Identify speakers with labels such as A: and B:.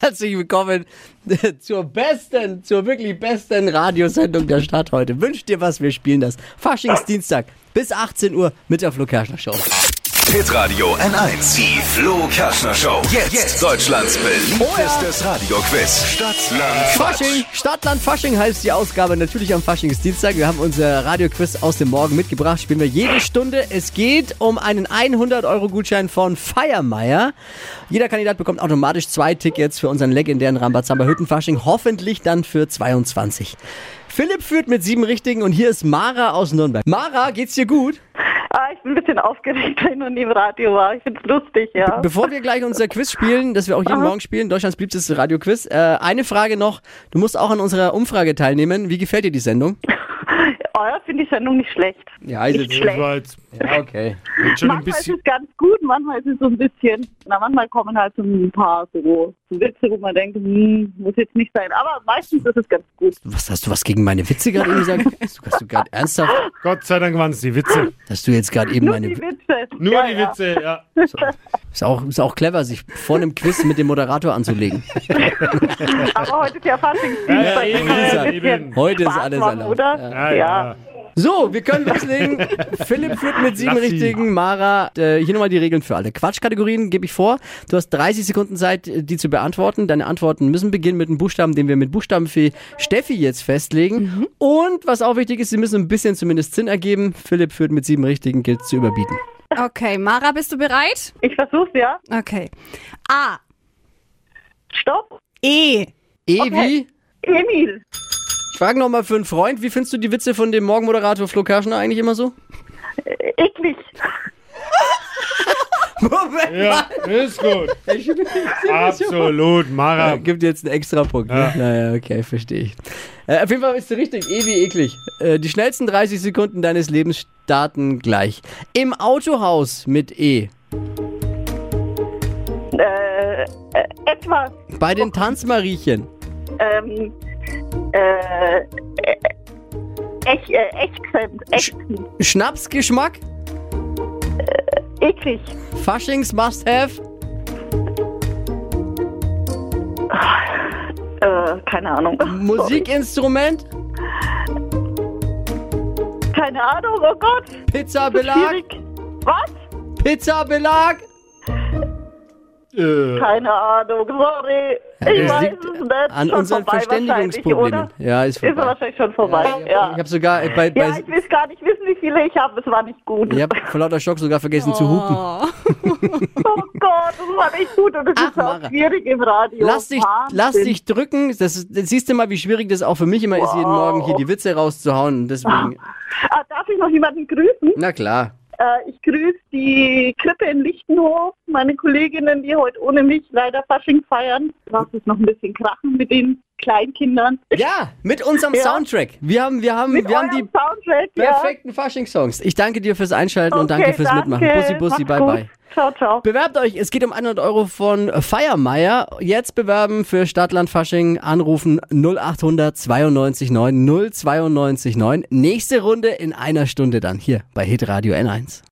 A: herzlich willkommen äh, zur besten, zur wirklich besten Radiosendung der Stadt heute. Wünsch dir was, wir spielen das. Faschingsdienstag bis 18 Uhr mit der Flo Kerschner Show.
B: Pit Radio N1, die Flo Kaschner Show. Jetzt, Deutschlands beliebtestes Radioquiz. Stadt, Land, Quatsch.
A: Fasching, Stadtland Fasching heißt die Ausgabe natürlich am Faschingsdienstag. Wir haben unser Radioquiz aus dem Morgen mitgebracht. Spielen wir jede Stunde. Es geht um einen 100-Euro-Gutschein von Feiermeier. Jeder Kandidat bekommt automatisch zwei Tickets für unseren legendären Rambazamba Hüttenfasching. Hoffentlich dann für 22. Philipp führt mit sieben Richtigen und hier ist Mara aus Nürnberg. Mara, geht's dir gut?
C: Ah, ich bin ein bisschen aufgeregt, weil ich noch nie im Radio war. Ich finde es lustig, ja.
A: Bevor wir gleich unser Quiz spielen, das wir auch jeden Morgen spielen, Deutschlands beliebtestes Radioquiz, äh, eine Frage noch. Du musst auch an unserer Umfrage teilnehmen. Wie gefällt dir die Sendung?
C: Oh, ja, finde die Sendung nicht schlecht.
A: Ja,
C: Nicht schlecht.
D: Das war jetzt,
A: ja, okay.
D: jetzt schon ein
C: Manchmal ist
D: bisschen.
C: es ganz gut, manchmal ist es so ein bisschen, na, manchmal kommen halt so ein paar so Witze, wo man denkt, hm, muss jetzt nicht sein. Aber meistens ist es ganz gut.
A: Was hast du was gegen meine Witze gerade eben gesagt? Hast du, hast du gerade ernsthaft,
D: Gott sei Dank waren es die Witze.
A: dass du jetzt gerade eben
C: Nur
A: meine
C: die Witze.
D: Nur
C: ja,
D: die
C: ja.
D: Witze, ja.
A: ist auch ist auch clever, sich vor einem Quiz mit dem Moderator anzulegen.
C: Aber heute ist ja
D: Ja,
C: Faschingsdienstag. Ein
D: eben,
A: ja,
C: bisschen
D: eben.
A: Heute ist
C: Spaß
A: alles
C: machen,
A: erlaubt.
C: oder?
D: Ja, ja.
A: So, wir können loslegen. Philipp führt mit sieben
D: Lass sie.
A: richtigen. Mara, äh, hier nochmal die Regeln für alle. Quatschkategorien gebe ich vor. Du hast 30 Sekunden Zeit, äh, die zu beantworten. Deine Antworten müssen beginnen mit einem Buchstaben, den wir mit Buchstabenfee Steffi jetzt festlegen.
C: Mhm.
A: Und was auch wichtig ist, sie müssen ein bisschen zumindest Sinn ergeben. Philipp führt mit sieben richtigen, gilt zu überbieten.
E: Okay, Mara, bist du bereit?
C: Ich versuch's, ja.
E: Okay. A.
C: Stopp.
E: E.
A: Evi,
C: Emil.
A: ich frage nochmal für einen Freund, wie findest du die Witze von dem Morgenmoderator Flo Kerschner eigentlich immer so?
C: Äh, Eklig.
A: Moment,
D: Ja, ist gut. Absolut, Mara.
A: Ja, gibt jetzt einen extra Punkt. Ne? Naja, okay, verstehe ich. Äh, auf jeden Fall bist du richtig, eh wie eklig. Äh, die schnellsten 30 Sekunden deines Lebens starten gleich. Im Autohaus mit E.
C: Äh, äh, etwas.
A: Bei den Tanzmariechen.
C: Ähm, äh, äh, echt, äh, ächzend, ächzend,
A: Schnapsgeschmack.
C: eklig,
A: Faschings Must-Have.
C: äh, keine Ahnung.
A: Musikinstrument.
C: Keine Ahnung, oh Gott,
A: Pizzabelag.
C: schwierig. Was?
A: Pizzabelag.
D: Äh,
C: Keine Ahnung, sorry. Ich
A: es
C: weiß
A: liegt
C: es nicht.
A: An
C: schon
A: unseren
C: vorbei
A: Verständigungsproblemen.
C: wahrscheinlich, oder?
A: Ja, ist
C: Ist er
A: vorbei.
C: wahrscheinlich schon vorbei, ja.
A: Ich habe sogar äh, bei,
C: Ja,
A: bei
C: ich will gar nicht wissen, wie viele ich habe. Es war nicht gut.
A: ich hab vor lauter Schock sogar vergessen zu hupen.
E: Oh.
C: Oh Gott, das war nicht gut. Und es
A: Ach,
C: ist auch
A: Mara.
C: schwierig im Radio.
A: Lass dich,
C: Wahnsinn.
A: lass dich drücken. Das, ist- das siehst du mal, wie schwierig das auch für mich immer ist, jeden
C: Wow.
A: Morgen hier die Witze rauszuhauen. Und Deswegen,
C: Ah, darf ich noch jemanden grüßen?
A: na klar.
C: Äh, ich grüße die Krippe in Lichtenhof, meine Kolleginnen, die heute ohne mich leider Fasching feiern. Lass es noch ein bisschen krachen mit den Kleinkindern.
A: Ja, mit unserem
C: Ja.
A: Soundtrack. Wir haben, wir haben,
C: Mit
A: wir haben die
C: eurem Soundtrack,
A: perfekten Fasching-Songs. Ich danke dir fürs Einschalten
C: ja.
A: und danke fürs Mitmachen. Bussi, bussi,
C: Macht's
A: bye,
C: gut.
A: bye.
C: Ciao, ciao.
A: Bewerbt euch, es geht um 100 Euro von Feiermeier. Jetzt bewerben für Stadtland Fasching, anrufen 0800 92 9 092 9. Nächste Runde in einer Stunde dann hier bei Hitradio N1.